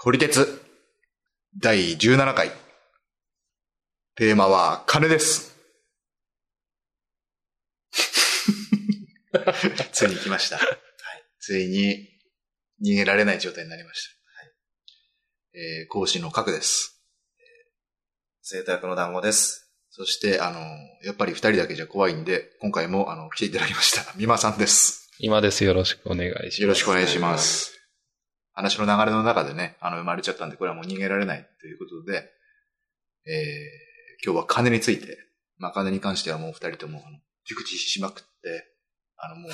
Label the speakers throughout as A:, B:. A: 堀鉄。第17回。テーマは、金 です。ついに来ました。ついに、逃げられない状態になりました。えー、講師の角です。
B: 生徒役の団子です。
A: そして、あの、やっぱり二人だけじゃ怖いんで、今回も、あの、来ていただきました。美馬さんです。
C: 今です。よろしくお願いします。
A: よろしくお願いします。話の流れの中でね、あの、生まれちゃったんで、これはもう逃げられないということで、えー、今日は金について、まあ、金に関してはもう二人とも、あの、熟知しまくって、あの、もう、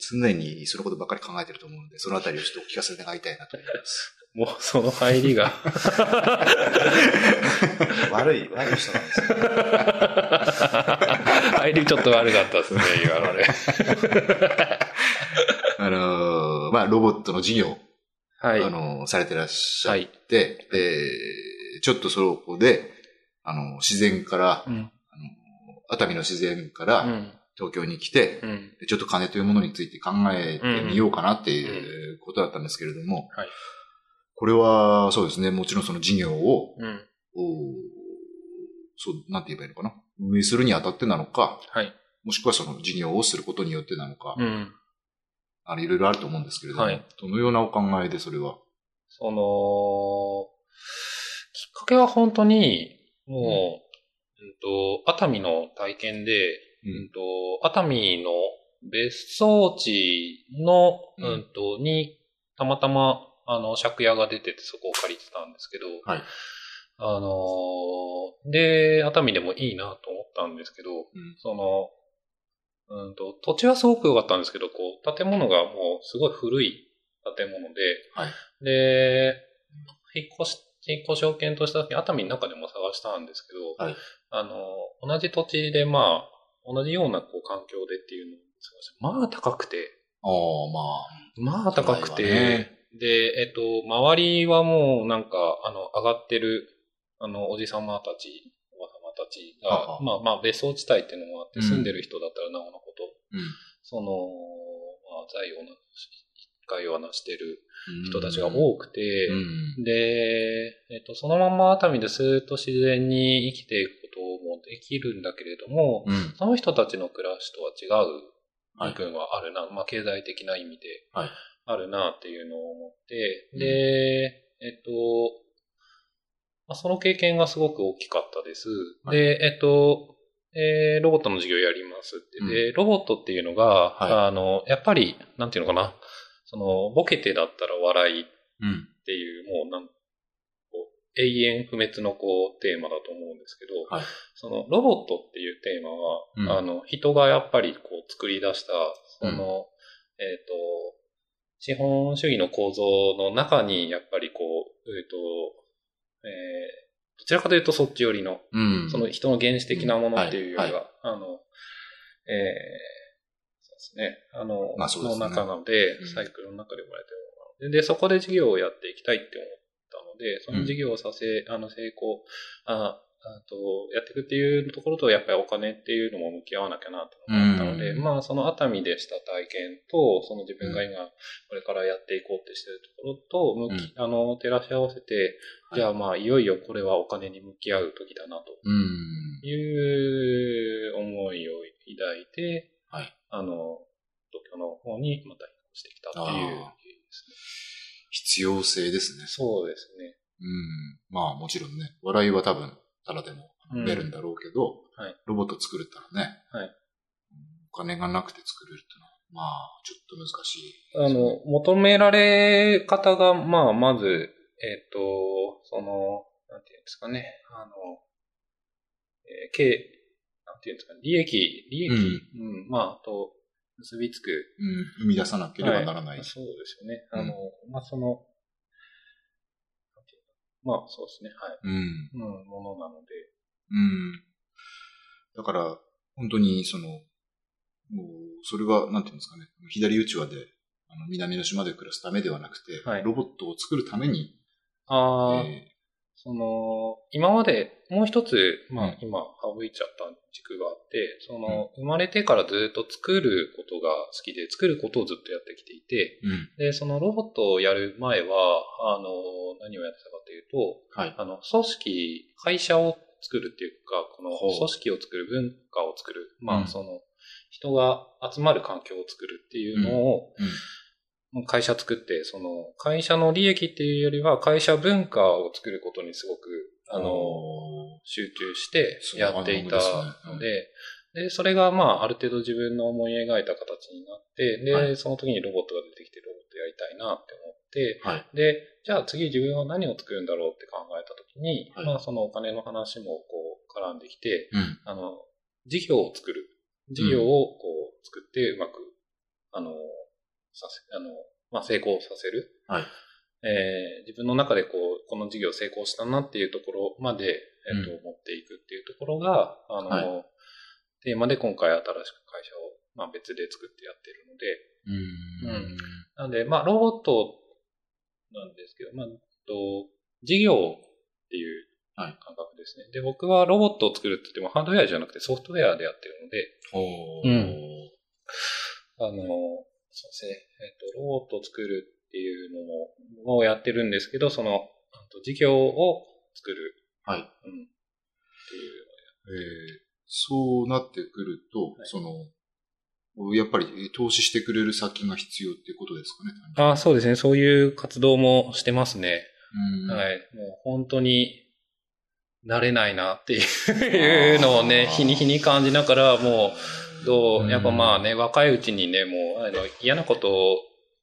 A: 常にそのことばっかり考えてると思うので、そのあたりをちょっとお聞かせ願いたいなと思います。
C: もうその入りが。
B: 悪い、悪い人なんですよ。
C: 入りちょっと悪かったですね、今のね。
A: あのーまあ、ロボットの事業、
C: はい。
A: あのーされてらっしゃ
C: は
A: っ
C: い。
A: て、で、ちょっとそこで、あの、自然から、
C: うん。
A: あの熱海の自然から、
C: うん。
A: 東京に来て、
C: うん。
A: ちょっと金というものについて考えてみようかなっていうことだったんですけれども、
C: はい
A: これはそうですね、もちろんその事業を、
C: うん。
A: おーそう、なんて言えばいいのかな。運営するにあたってなのか、
C: はい。
A: もしくはその事業をすることによってなのか、
C: うん。
A: あのいろいろあると思うんですけれども、
C: はい
A: どのようなお考えでそれは。
C: その、きっかけは本当に、もう、うんと、熱海の体験で、うんと、熱海の別荘地の、
A: う
C: うんんと、に、たまたま、あの、借家が出ててそこを借りてたんですけど、
A: はい
C: あのーで、熱海でもいいなと思ったんですけど、
A: ん
C: その、うんと、土地はすごく良かったんですけど、こう、建物がもうすごい古い建物で、
A: はい
C: で、引っ越し、引っ越しを検討した時、熱海の中でも探したんですけど、
A: はい
C: あの、同じ土地で、まあ、同じようなこう環境でっていうのを探して、まあ高くて、
A: ああ、
C: まあ高く
A: そ
C: て、
A: うだよね
C: で、えっと、周りはもうなんか、あの、上がってる、あの、おじ様たち、おば様たち
A: はは
C: が、まあまあ別荘地帯っていうのもあって、
A: うん
C: 住んでる人だったらなおのこと、
A: まあ。
C: その、まあ、財をなし、一回をなしてる
A: うん
C: 人たちが多くて、
A: うん
C: で、えっと、そのまま熱海でずっと自然に生きていくこともできるんだけれども、
A: うん。
C: その人たちの暮らしとは違う
A: はい
C: 部分はあるな、まあ経済的な意味で
A: はい
C: あるなっていうのを思って、
A: うん
C: で、えっと、まあ、その経験がすごく大きかったです。
A: はい
C: で、えっと、えーロボットの授業やりますって。で、ロボットっていうのが、
A: はい
C: あの、やっぱり、なんていうのかな、その、ボケてだったら笑
A: う
C: い
A: ん。
C: っていう、もうなんこう永遠不滅のこうテーマだと思うんですけど、
A: はい
C: そのロボットっていうテーマ
A: う
C: は、あの人がやっぱりこう作り出した、その、
A: うん
C: えっ、と、資本主義の構造の中に、やっぱりこう、えっ、と、えーどちらかというとそっち寄りの、
A: うん。
C: その人の原始的なものっていうよりは、
A: うんは
C: あの、えーそうですね、あの、
A: まあそうですね
C: の中なので
A: うん、
C: サイクルの中で生まれてるものなので、で、そこで事業をやっていきたいって思ったので、その事業をさせ、あの、成功、ああと、やっていくっていうところと、やっぱりお金っていうのも向き合わなきゃなと思ったので、
A: うん
C: まあ、その熱海でした体験と、その自分が今、これからやっていこうってしてるところと、向き、あの、照らし合わせて、
A: はい
C: じゃあまあ、いよいよこれはお金に向き合う時だなと
A: うん。
C: いう思いを抱いて、
A: はい
C: あの、東京の方にまた移行してきたっていう理由ですね。
A: 必要性ですね。
C: そうですね。
A: うん。まあもちろんね、笑いは多分、ただでも
C: うん
A: 出るんだろうけど、
C: はい
A: ロボット作るったらね、
C: はい
A: うんお金がなくて作れるってのは、まあ、ちょっと難しい。
C: あの、求められ方が、まあ、まず、えっ、と、その、なんていうんですかね、あの、えー、経、なんていうんですかね、利益、利益、うん、まあ、と、結びつく、
A: うん、生み出さなければならない。
C: そうですよね。
A: うん
C: あの、まあ、その、なんていうのまあ、そうですね、はい。
A: うん。
C: うん、ものなので。
A: うん。だから、本当に、その、もう、それは、なんていうんですかね、左打ち輪で、あの南の島で暮らすためではなくて、
C: はい
A: ロボットを作るために、
C: ああ、
A: え
C: その、今まで、もう一つ、
A: う
C: ま
A: ん
C: あ今省いちゃった軸があって、その、生まれてからずっと作ることが好きで、作ることをずっとやってきていて、
A: うん。
C: で、そのロボットをやる前は、あの、何をやってたかというと、
A: はい。
C: あの、組織、会社を作るっていうか、この
A: ほう
C: 組織を作る、文化を作る、
A: う
C: ま
A: ん
C: あ、その、人が集まる環境を作るっていうのを、
A: うんうん
C: もう会社作って、その、会社の利益っていうよりは、会社文化を作ることにすごく、あの、集中して
A: そう
C: やっていた
A: アナロ
C: の
A: グ
C: で、で、それがまあ、ある程度自分の思い描いた形になって、で、
A: はい
C: その時にロボットが出てきてロボットやりたいなって思って、
A: はい
C: で、じゃあ次自分は何を作るんだろうって考えた時に、
A: はい
C: まあ、そのお金の話もこう、絡んできて、
A: うん。
C: あの、事業を作る。事業をこう、作ってうまく、あの、させ、あの、まあ、成功させる。
A: はい。
C: えー自分の中でこう、この事業成功したなっていうところまで、えっと、持っていくっていうところが、あの、
A: は
C: テーマで今回新しく会社を、まあ、別で作ってやってるので、
A: うん。
C: なんで、まあ、ロボットなんですけど、まあ、えっと事業っていう
A: は
C: 感
A: い
C: 覚ですね。で、僕はロボットを作るって言ってもハードウェアじゃなくてソフトウェアでやってるので、
A: ほ
C: うんあの、そうですね。えっと、ロボットを作るっていうのも、をやってるんですけど、その、あと事業を作る。
A: はい。
C: うん。ってい
A: え
C: う。
A: ーそうなってくると、
C: はい
A: その、やっぱりえー投資してくれる先が必要ってことですかね。
C: あそうですね。そういう活動もしてますね。
A: うん
C: はい。もう本当に、慣れないなっていうのをね、
A: あー
C: 日に日に感じながら、もう、ど
A: う
C: う、
A: ん
C: やっぱまあね、若いうちにね、もう、あの、嫌なことを、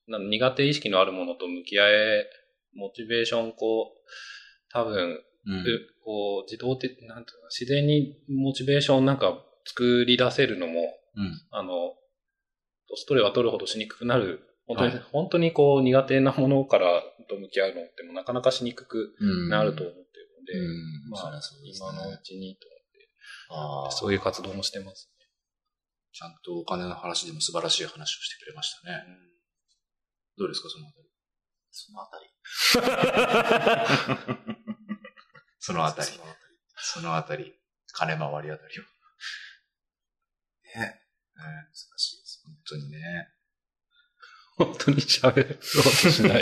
C: な苦手意識のあるものと向き合え、モチベーション、こう、多分、
A: うん
C: こう、自動的、なんていうか、自然にモチベーションなんか作り出せるのも、
A: うん
C: あの、年取れば取るほどしにくくなる。本当に、
A: は
C: 本当にこう苦手なものからと向き合うのってもなかなかしにくく
A: うん
C: なると思って
A: う
C: る
A: ん
C: ので、ま
A: そり
C: あ、
A: ゃそうですね
C: 今のうちに
A: あ
C: と思
A: ー
C: って、そういう活動もしてます。
A: ちゃんとお金の話でも素晴らしい話をしてくれましたね。どうですか、そのあたり。
B: そのあたり。
A: そのあたり
B: そ。のあた
A: そのあたり。金回りあたりを。
B: りね。
A: ね難しいです。本当にね。
C: 本当に喋ろうとしな い。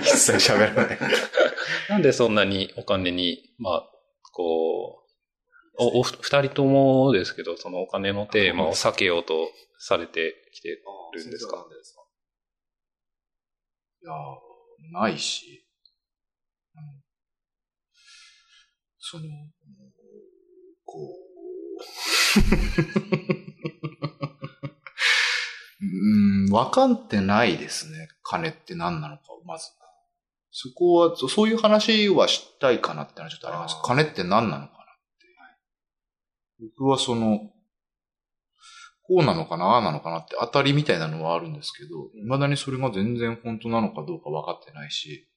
A: 一切喋らない。
C: なんでそんなにお金に、まあ、こう、お、おふ、二人ともですけど、そのお金のテーマを避けようとされてきて、
B: ああ
C: るんですか
B: そうなんですか
A: いやーないし、あのその、こ う、うん、わかってないですね。金って何なのか、まず。そこは、そそういう話はしたいかなってのはちょっとあります
B: あ。ー
A: 金って何なのかなって。僕はその、こうなのかな、ああなのかなって当たりみたいなのはあるんですけど、未だにそれが全然本当なのかどうか分かってないし、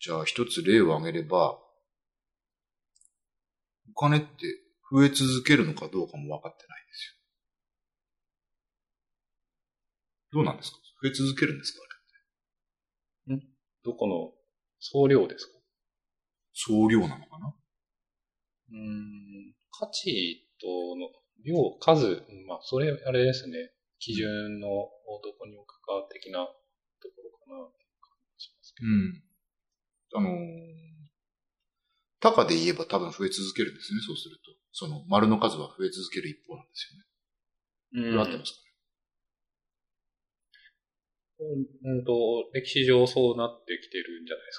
A: じゃあ一つ例を挙げれば、お金って増え続けるのかどうかも分かってないんですよ。どうなんですか増え続けるんですかあれ
C: どこの総量ですか
A: 総量なのかな
C: うーん、価値との量、数、まあ、それ、あれですね。基準のどこに置くか的なところかな、しますけ
A: うん。あのー、高で言えば多分増え続けるんですね、そうすると。その丸の数は増え続ける一方なんですよね。
C: ど。
A: これ合ってますか
C: うんうんと、歴史上そうなってきてるんじゃないです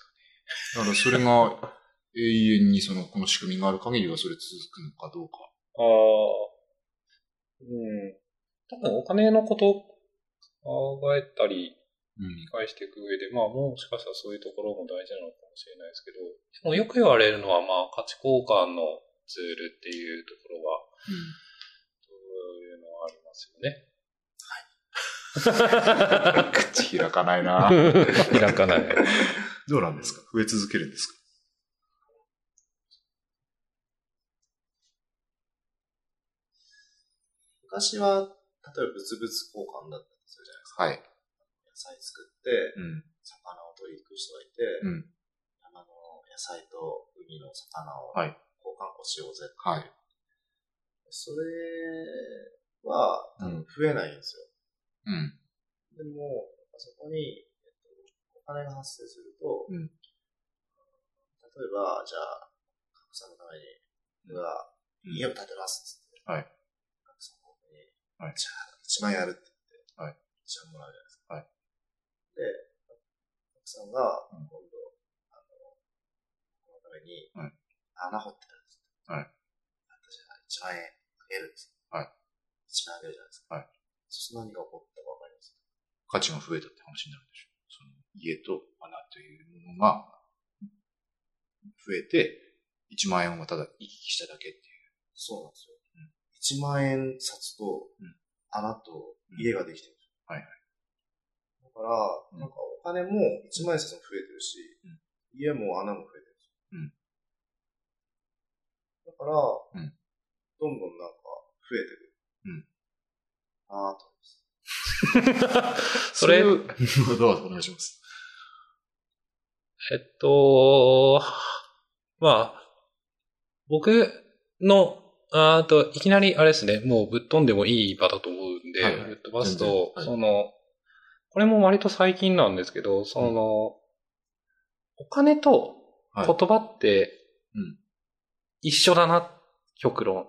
C: かね。
A: だからそれが永遠にその、この仕組みがある限りはそれ続くのかどうか。
C: ああ、うん。多分お金のことを考えたり、
A: うん
C: 理。解していく上で、まあもしかしたらそういうところも大事なのかもしれないですけど、でもよく言われるのはまあ価値交換のツールっていうところは、そういうのはありますよね。
A: 口開かないな
C: 開かない。
A: どうなんですか増え続けるんですか
B: 昔は、例えば物々交換だったりするじゃないです
A: はい。
B: か。野菜作って、
A: うん。
B: 魚を取りに行く人がい
A: うん
B: て、野菜と海の魚を
A: はい
B: 交換をしようぜ。
A: はい。
B: それは
A: うん。
B: 増えないんです
A: うん。
B: よ。でも、そこに、えっと、お金が発生すると、
A: うん
B: 例えば、じゃあ、格差のために、僕が家を建てますっつって。
A: はい
B: 格差のために、
A: はい
B: じゃあ、1万円やるって
A: は
B: 言
A: い
B: って、一万円もらうじゃないです
A: はい
B: か。で、奥さんが、
A: うん
B: 今度、あの、このために
A: はい、
B: 穴掘ってるんです
A: は
B: よ。
A: い
B: 私は1万円あげるんですよ。
A: はい
B: 1万円あげるじゃないですか。
A: はい
B: そうすると何が起こったかわかります
A: 価値が増えたって話になるでしょう。その家と穴というものが増えて、1万円をただ行き来しただけっていう。
B: そうなんですよ。1万円札と
A: うん、
B: 穴と家ができてるんですよ。
A: はいはい
B: だか
A: うん
B: ら、なんかお金も1万円札も増えてるし、
A: うん
B: 家も穴も増えてるんですよ。だから、
A: ん
B: どんどんなんか増えてくる。
A: うん
B: ああ、と思います。
C: そ
A: う
C: れ、
A: いうどうぞお願いします。
C: えっと、まあ、僕の、あーと、いきなりあれですね、もうぶっ飛んでもいい場だと思うんで、
A: はいはい
C: ぶっ飛ばすと、
A: 全然はい
C: その、これも割と最近なんですけど、その、お金と
A: はい
C: 言葉って
A: うん、
C: 一緒だな、極論っ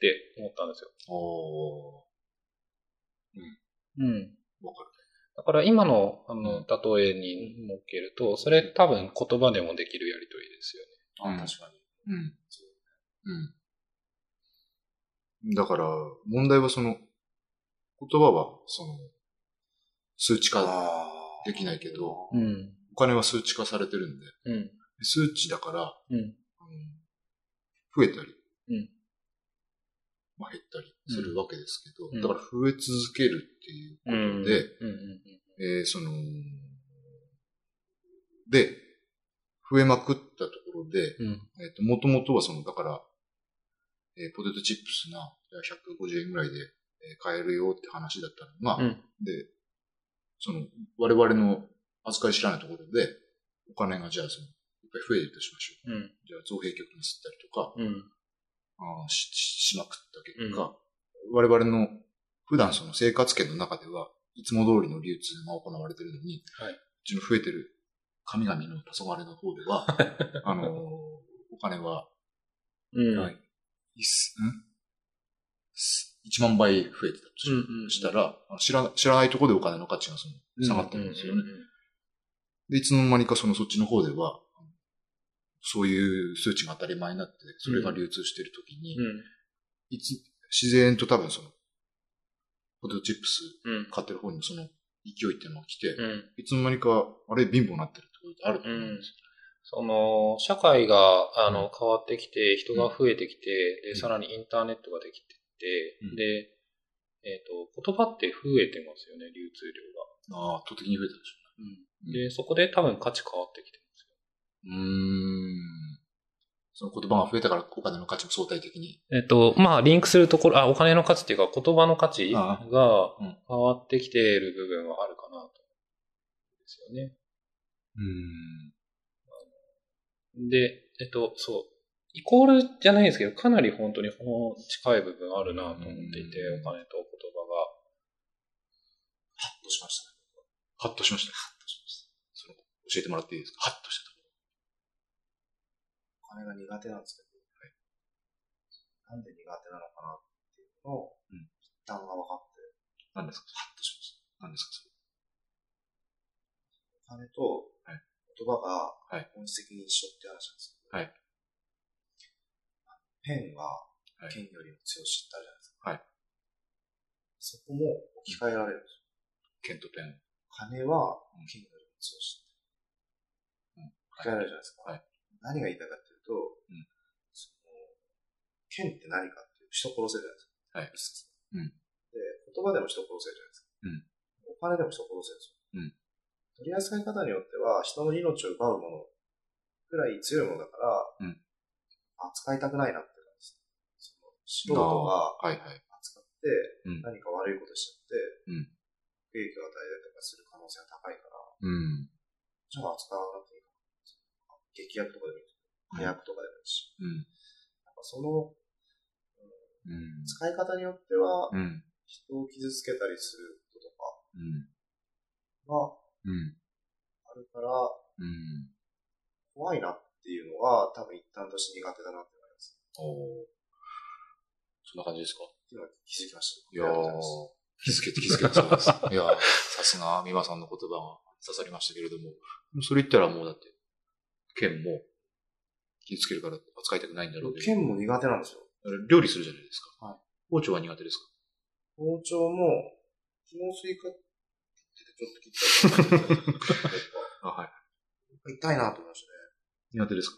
C: て思ったんですよ。
A: おー
C: うん。
A: わかる。
C: だから今の、あ
A: う
C: の、例えに設けると、それ多分言葉でもできるやりとりですよね。
A: うん
B: あ確かに。
A: うん。うん。だから、問題はその、言葉は、その、数値化
B: あ
A: できないけど、
C: うん。
A: お金は数値化されてるんで、
C: うん。
A: 数値だから、
C: うん。
A: うん増えたり、
C: うん
A: まあ、減ったりするわけですけど、
C: うん
A: だから増え続けるっていう
C: う
A: こ
C: ん
A: とで、
C: うんうん
A: えーその、で、増えまくったところで、
C: うんうん。
A: えっ、と、もともとはその、だから、えーポテトチップスな、150円ぐらいで、えー買えるよって話だったのが、
C: うん
A: で、その、我々の扱い知らないところで、お金がじゃあその、いっぱい増えるとしましょう。
C: うん。
A: じゃあ、造幣局に吸ったりとか、
C: うん。
A: あーしししまくった結果、我々の普段その生活圏の中では、いつも通りの流通が行われてるのに、
C: はいう
A: ちの増えてる神々の黄昏の方では、 あのーお金は、
C: うん。
A: はいいっすんす1万倍増えてたとし,、
C: うんうんうん
A: たら、あ知ら知らないところでお金の価値がその下がってるんですよね。で、いつの間にかそのそっちの方では、そういう数値が当たり前になって、それが流通してる時に、
C: うん。
A: いつ、自然と多分その、ポテトチップス
C: うん。
A: 買ってる方にもその勢いっていうのが来て、
C: うん。
A: いつの間にか、あれ貧乏になってるってことってあると思うんです
C: その、社会が、あの、変わってきて、人が増えてきて、
A: ん
C: で、さらにインターネットができてって
A: うん、
C: で、えっと、言葉って増えてますよね、流通量が。
A: よ。ああ、圧倒的に増えたでし
C: うん。で、そこで多分価値変わってきてます
A: ょうね。うーん。その言葉が増えたからお金の価値も相対的に。
C: えっと、まあ、リンクするところ、あ、お金の価値っていうか、言葉の価値
A: ああ
C: が
A: うん
C: 変わってきている部分はあるかなと。ですよね。
A: うーん。
C: で、えっと、そう。イコールじゃないですけど、かなり本当にほん近い部分あるなと思っていて、
A: うん
C: お金と言
B: ハッとしまし
A: ハ
B: たね。
A: ッとしました。ハッとしました。その、教えてもらっていいですかハッとしたとこ
B: お金が苦手なんですけど、なんで苦手なのかなっていうのを、
A: うん
B: 一旦が分かって、
A: ろ。何ですか
B: ハッとしま
A: 何
B: した。
A: ですかそれ
B: お金と
A: はい
B: 言葉が
A: はい
B: 本質的に一緒って話な
A: は
B: んですけど、
A: い
B: ペンが
A: い
B: 剣よりも強しってある
A: はい
B: じゃないですか。そこも置き換えられるんです
A: ケ
B: よ。
A: ントペン。
B: 金は剣よりも強し
A: う
B: って。
A: ん
B: 置き換えられるじゃないですか。
A: はい
B: 何が言いたいかっていうと、
A: うん
B: その剣って何かっていう人殺せるじゃないですか。
A: はいうん
B: で、言葉でも人殺せるじゃないですか。お金でも人殺せるんですよ。取り扱い方によっては、人の命を奪うものくらい強いものだか
A: う
B: ら、
A: ん
B: 扱いたくないなって感じです。その素人が
A: はいはい。
B: 扱って
A: うん
B: 何か悪いことしちゃって、
A: うん
B: 影響を与えたりとかする可能性が高いから、
A: うん。
B: じゃあ扱わなくていいかな。劇薬とかでもいいんです火薬とかでもいいし。
A: うん。
B: なんかその、
A: うん。
B: 使い方によっては
A: う、ん。
B: 人を傷つけたりすることと
A: うん。
B: かが
A: うん。
B: あるから、
A: うん。
B: 怖いなっていうのは、多分一旦として苦手だなって思います。
A: おーそんな感じですか
B: っていうのは気づきました。
A: いやー
B: ありがとうございます。
A: 気づけて気づけてそうです。いやーさすが、美馬さんの言葉が刺さりましたけれども、それ言ったらもうだって、剣も傷つけるから扱いたくないんだろうけど、
B: 剣も苦手なんですよ。
A: 料理するじゃないですか。
B: はい
A: 包丁は苦手です
B: 包丁も、昨日スイカ切っててちょっと切ったり とか
A: かあ、はい。
B: 痛いなと思いましたね。
A: 苦手ですか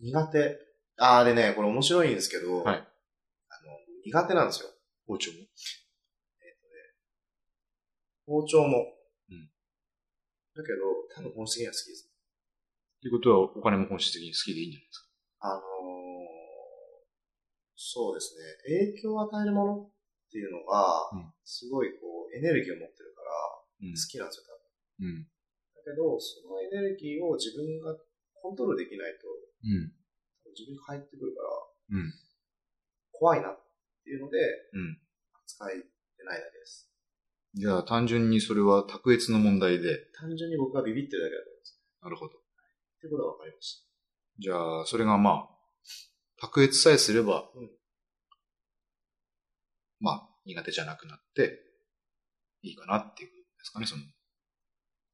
B: 苦手。あーでね、これ面白いんですけど、
A: はい
B: あの苦手なんですよ。
A: 包丁も
B: 包丁も。
A: うん
B: だけど、多分本質的には好きです。
A: ということは、お金も本質的に好きでいいんじゃないですか
B: あのーそうですね。影響を与えるものっていうのが、
A: うん
B: すごいこう、エネルギーを持ってるから、
A: うん
B: 好きなんですよ、多分。
A: うん。
B: だけど、そのエネルギーを自分がコントロールできないと、
A: うん。
B: 自分に返ってくるから、
A: うん
B: 怖いなっていうので、
A: うん。
B: 使えてないだけです。
A: じゃあ、単純にそれは卓越の問題で、
B: 単純に僕がビビってるだけだと思うんです。
A: なるほど。
B: ってことは分かりまし
A: じゃあ、それがまあ、卓越さえすれば、
B: うん
A: まあ、苦手じゃなくなって、いいかなっていうことですかね、その。
B: た。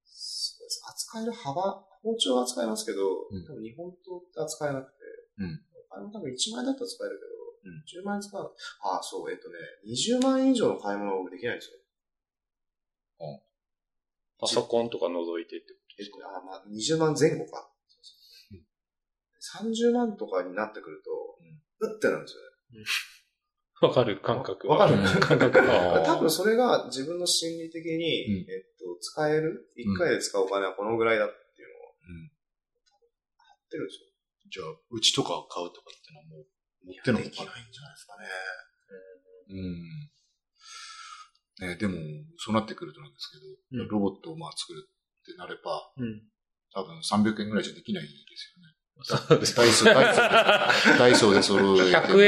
B: そうです。扱える幅、包丁は扱いますけど、
A: うん
B: 多分日本刀って扱えなくて、
A: うん
B: あの多分1万円だったら使えるけど、
A: うん
B: 10万円使う。ああ、そう、えっとね、20万円以上の買い物は僕できないんですよ。
C: パソコンとか覗いてって
B: えっと、ああ、まあ、20万前後か。30万とかになってくると、うってなるんですよね。
C: こと。わかる感覚
B: わか る
C: 感覚
A: あ
C: は。
A: ー
B: 多分それが自分の心理的に、
A: うん
B: えっと、使える、一回で使うお金はこのぐらいだっていうのを、
A: うん
B: 張ってるんですよ。
A: じゃあ、うちとか買うとかってのはもう、持って
B: で
A: の
B: きないんじ
A: ほ
B: ゃ
A: かな
B: ないですかね。
A: うん。ね、でも、そうなってくるとなんですけど、
C: うん
A: ロボットをまあ作るってなれば、
C: うん。
A: 多分300円ぐらいじゃできないですよね。
C: そうです
A: ダイソー、ダイソー、ダイソーで揃 えて。
C: 100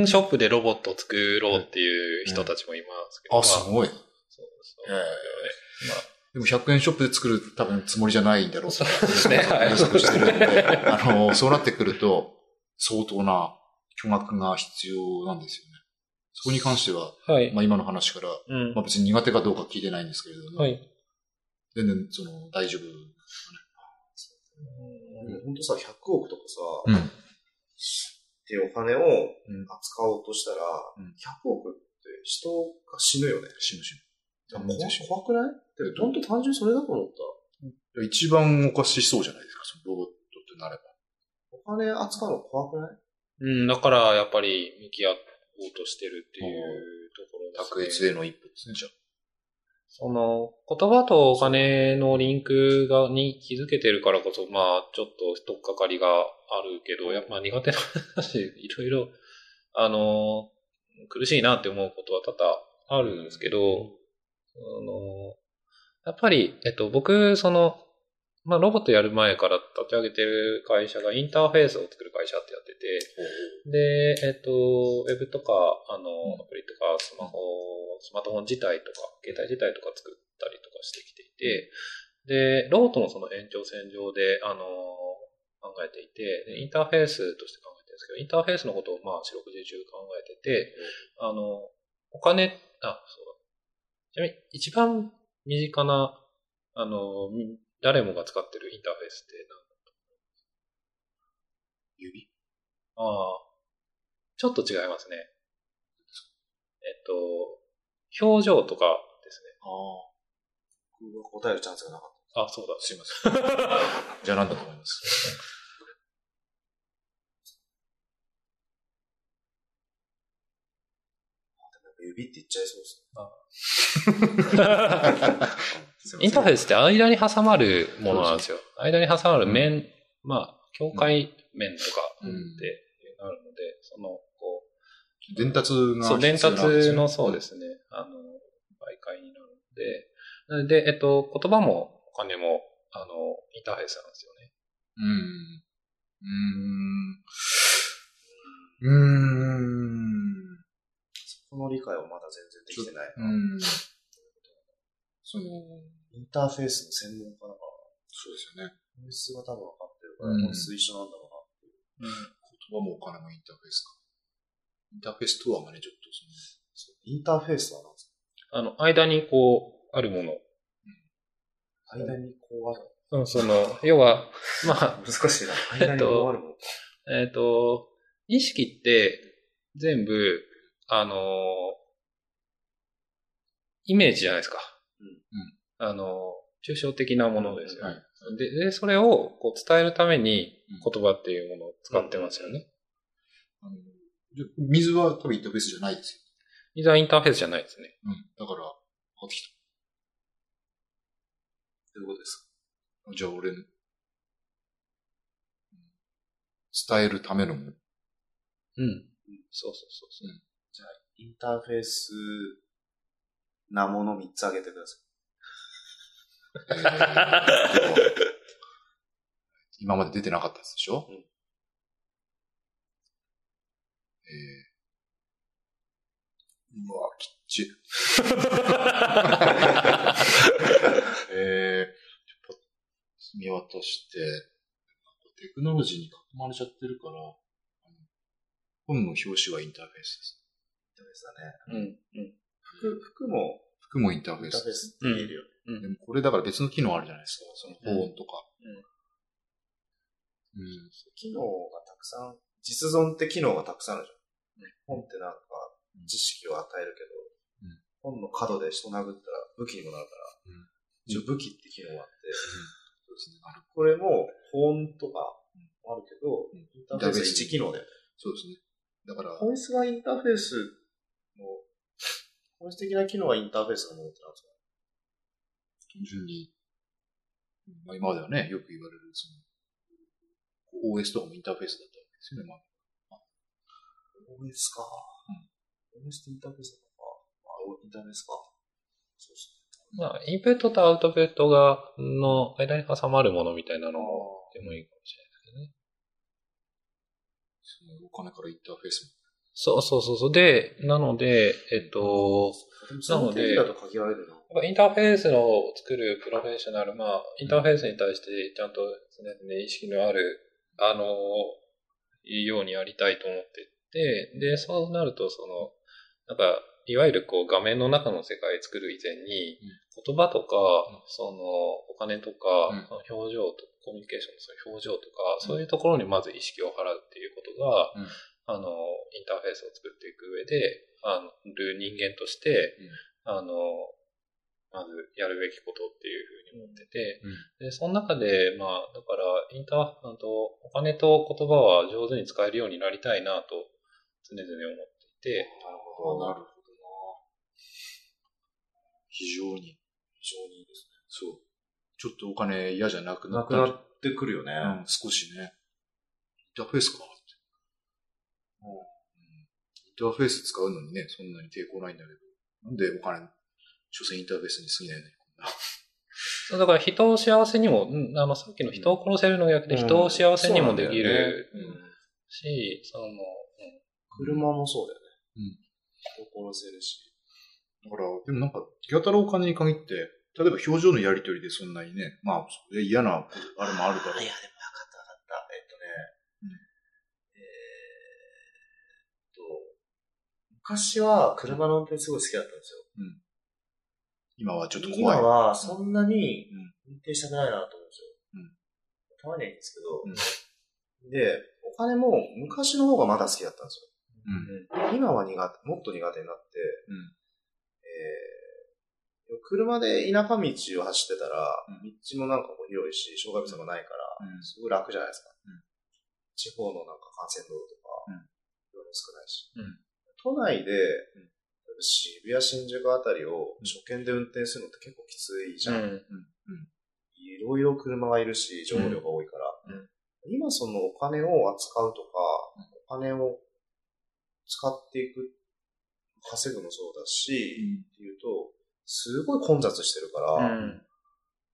C: 円ショップでロボットを作ろうっていう人たちもいますけど。
A: あ、す
C: い。
A: ごい。
C: そうそう
A: ええでも100円ショップで作る多分つもりじゃないんだろうと
C: そうです ねはい
A: 予測してるんで、あの、そうなってくると、相当な巨額が必要なんですよね。そこに関しては、
C: はい。
A: まあ今の話から、
C: うん
A: まあ。別に苦手かどうか聞いてないんですけれども、
C: はい。
A: 全然その大丈夫。
B: もう本当さ、100億とかさ、
A: うん。
B: っていうお金
A: ん
B: を扱おうとしたら、
A: うん
B: 100億って人が死ぬよね。
A: 死ぬ死
B: 怖
A: ぬ。
B: 怖くないって本当単純にそれだと思った。
A: 一番おかしそうじゃないですか、そのロボットってなれば。
B: お金扱うの怖くない
C: うん、だからやっぱり向き合おうとしてるっていうところですね。
A: 卓越への一歩ですね、じゃあ。
C: その、言葉とお金のリンクが、に気づけてるからこそ、まあ、ちょっと取っかかりがあるけど、やっぱ苦手な話、いろいろ、あの、苦しいなって思うことは多々あるんですけど、あの、やっぱり、えっと、僕、その、まあ、ロボットやる前から立ち上げてる会社がインターフェースを作る会社ってやってて、で、えっと、ウェブとか、あの、アプリとか、スマホ、スマートフォン自体とか、携帯自体とか作ったりとかしてきていて、で、ロートもその延長線上で、あの、考えていて、でインターフェースとして考えてるんですけど、インターフェースのことをまあ、四六時中考えてて、あの、お金、あ、そうだ。ちなみに、一番身近な、あの、み誰もが使ってるインターフェースって何
A: 指
C: ああ、ちょっと違いますね。えっと、表情とかです
A: ああ、
B: 僕が答えるチャンスがなかっ
C: ね。あ、そうだ。
A: すいません。じゃあ何だと思います
B: た。指って言っちゃいそうですね。
C: インターフェースって間に挟まるものなんですよ。間に挟まる面、まあ、境界面とかって
A: う
C: い
A: ん
C: うのがあるので、その、こう、
A: 伝達が
C: そう、伝
A: 必要なんです
C: 達
A: ね
C: のそうで。すね、あの、媒介になるので、なので、えっと、言葉もお金も、あの、インターフェースなんですよね。
A: うん。うーん。うーん。
B: そこの理解をまだ全然できてないな。
A: うん。その、
B: インターフェースの専門家だから、
A: そうですよね。
B: 本質が多分分かってるから、
A: うん
B: 本質一緒なんだろうな。
A: 言葉もお金もインターフェースか。インターフェースとはまね、ちょっとその、
B: そうインターフェースはなんです
C: あの、間にこう、あるもの。
B: か間にこうある。
C: うん、その、要は、まあ、
B: 難しいな。間
C: えっ
B: に
C: と
B: こうあるもの。
C: えっ、と、意識って全部、あのー、イメージじゃないですか。
B: うん
C: あのー、抽象的なものですよね。
A: はい
C: でで、それをこう伝えるために
A: こ
C: 言葉っていうものを使ってますよね。
A: あのじゃ水は多分インターフェースじゃないです
C: いざインターフェースじゃないですね。
A: よ。うん。だから、分かってきた。どういうことですかじゃあ俺、うん伝えるためのもの。
C: うん。そうそうそうそう。
B: インターフェースなもの3つ挙げてください。
A: えー 今まで出てなかったやつでしょ、
B: うん
A: えー、うわ、きっち。 えー、やっぱ見渡して、テクノロジーに囲まれちゃってるから、あの本の表紙はインターフェースです。
B: インターフェースだね。
C: うん。
B: 服、服も
A: 服もインターフ
B: イ
A: ェー
B: ンターフェー
A: ス。
B: スって言えるよね。
C: うん
A: でもこれだから別の機能あるじゃないですか。その
B: うん
A: 保温とか。うん。
B: 機能がたくさん、実存って機能がたくさんあるじゃん。本ってなんか知識を与えるけど、本の角で人殴ったら武器にもなるから、
A: うん
B: 一応武器って機能があって、
A: そうですね。あの
B: これも保温とかもあるけど、
A: うん
B: インターフェース1機能だよね。
A: そうですね。だから、
B: 本質はインターフェースの、本質的な機能はインターフェースのものってなんですか
A: 単純に、まあ、今まではね、よく言われる、その、OS とかもインターフェースだったわけですよね。まあ、
B: OS か。OS ってインターフェースなのか。あ、インターフェースか。そうですね。
C: まあ、インプットとアウトプットが、の間に挟まるものみたいなのも、でもいいかもしれないですね。
A: そのお金からインターフェース
C: そうそうそうそう。で、なので、えっと、
B: でもその定義だと限られる
C: や
B: な。
C: っぱインターフェースの作るプロフェッショナル、まあ、インターフェースに対してちゃんと常々意識のある、あの、ようにやりたいと思ってて、で、そうなると、その、なんか、いわゆるこう画面の中の世界作る以前に、言葉とか、その、お金とか、
A: うん
C: その表情と、コミュニケーションのその表情とか、そういうところにまず意識を払うっていうこと
A: う
C: が、
A: ん
C: あの、インターフェースを作っていく上で、あの、る人間として、あの、まずやるべきことっていうふうに思ってて、
A: うん
C: で、その中で、まあ、だから、インター、あと、お金と言葉は上手に使えるようになりたいなと、常々思っていて、
B: なる
A: も
B: ほど。
A: るほどな非常に、
B: 非常にいいですね。
A: そう。ちょっとお金嫌じゃなくな
B: な
A: っ
B: く
A: た。
B: なってくるよね。
A: うん、少しね。インターフェースかって。うんインターフェース使うのにね、そんなに抵抗ないんだけど。なんでお金、所詮インターフェースに過ぎないのに
C: そうだから人を幸せにも、うんあの、さっきの人を殺せるの逆で
B: うん
C: 人を幸せにもできる
A: そうなんだよね
C: し、その、うん
B: 車もそうだよね。
A: うん
B: 人殺せるし。
A: だから、でもなんか、手当たるお金に限って、例えば表情のやりとりでそんなにね、まあ、それ嫌な、あれもあるから
B: い、や、でも分かった分かった。えっとね、
A: うん
B: えーっと、昔は車の運転すごい好きだったんですよ。
A: 今はちょっと怖
B: 今
A: い。
B: はそんなに
A: うん
B: 運転したくないなと思うんですよ。たまにはいいんですけど、で、お金も昔の方がまだ好きだったんですよ。今は苦手、もっと苦手になって、えー車で田舎道を走ってたら、
A: うん
B: 道もなんかこう広いし、障害物もないから、
A: うん
B: すごい楽じゃないですか。
A: うん
B: 地方のなんか幹線道路とか、
A: うん
B: 道路少ないし。
C: うん
B: 都内で、渋谷、新宿あたりを初見で運転するのって結構きついじゃん。
C: うん
B: いろいろ車がいるし、情報量が多いから。
C: うんう
B: 今そのお金を扱うとか、お金を使っていく、稼ぐもそうだし、っていうと、すごい混雑してるか
C: う
B: ら、
C: ん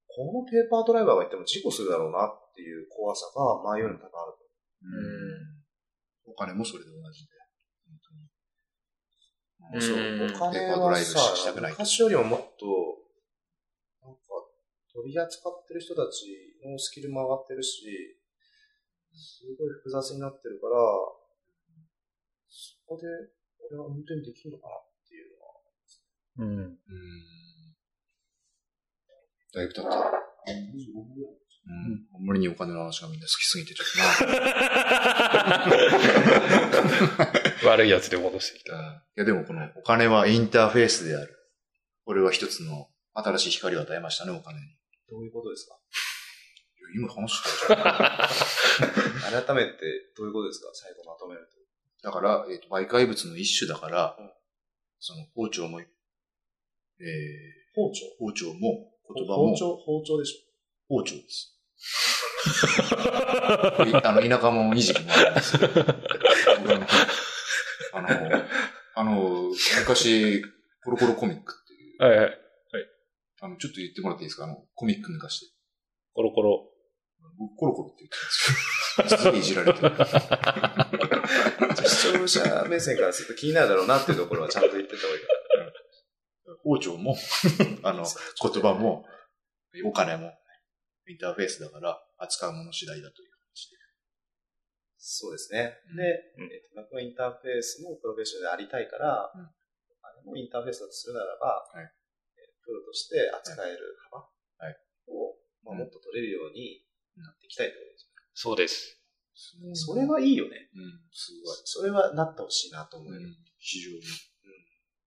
B: このペーパードライバーが行っても事故するだろうなっていう怖さが前よりも高まる。
A: お金もそれで同じで。本当
C: うん
A: に。
B: そうお金
A: レコード
B: は
A: ライブ
B: さ
A: したくない
B: 昔よりももっと、なんか、取り扱ってる人たちのスキルも上がってるし、すごい複雑になってるから、そこで、俺は運転できるのかなっていうのは。
C: うん。
A: だいぶ経った。うん。あんまりにお金の話がみんな好きすぎてちょっとな。
C: 悪いやつで戻してきた。
A: いやでもこのお金はインターフェースである。これは一つの新しい光を与えましたね、お金に。い
B: どういうことですか
A: や今話したじゃん。
B: 改めて、どういうことですか最後まとめると。
A: だから、えっ、と、媒介物の一種だから、その包丁も、えー、
B: 包丁
A: 包丁も言葉も
B: 包丁、包丁でし
A: 包丁です。 いあの、田舎も二時期もあるんですけど、 僕あの、あの、昔、コロコロコミックっていう、
C: はいはい。
A: あの、ちょっと言ってもらっていいですかあの、コミック抜かして。
C: コロコロ。
A: 僕、コロコロって言ってたんですよ。すげえいじられてる。
B: ょ。視聴者目線からすると気になるだろうなっていうところはちゃんと言ってた方がいいか
A: 包丁 も、あの、言葉も、お金も、インターフェースだから、扱うもの次第だという話で。
B: そうですね。
A: うん
B: で、
C: うん
B: えっと僕はインターフェースのプロフェッショナルでありたいから、
A: うん
B: あのインターフェースだとするならば、
A: はい
B: えープロとして扱える幅
A: はい
B: を、まあ、もっと取れるようになっていきたいってことです
C: そうです。
B: ね。それ、はいいよね。
A: うん、すごい。
B: それはなってほしいなと思う。
A: うん、非常に。だ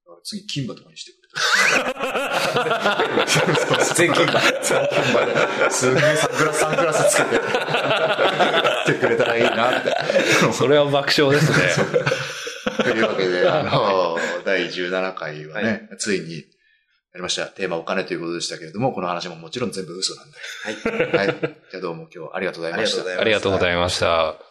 A: から次、金馬とかにしてくれた。
B: 全金馬。
A: すげえサングラス、サングラスつけ て、やってくれたらいいな、って。
C: それは爆笑です ね。
A: というわけ で、あの、第17回はね、ついに、やりました。テーマお金ということでしたけれども、この話ももちろん全部嘘なんで。はい。はい。じゃあどうも今日はありがとうござい
B: あり
A: ま
B: が
A: し
B: とう
A: た
B: ござい。ます。
C: ありがとうございました。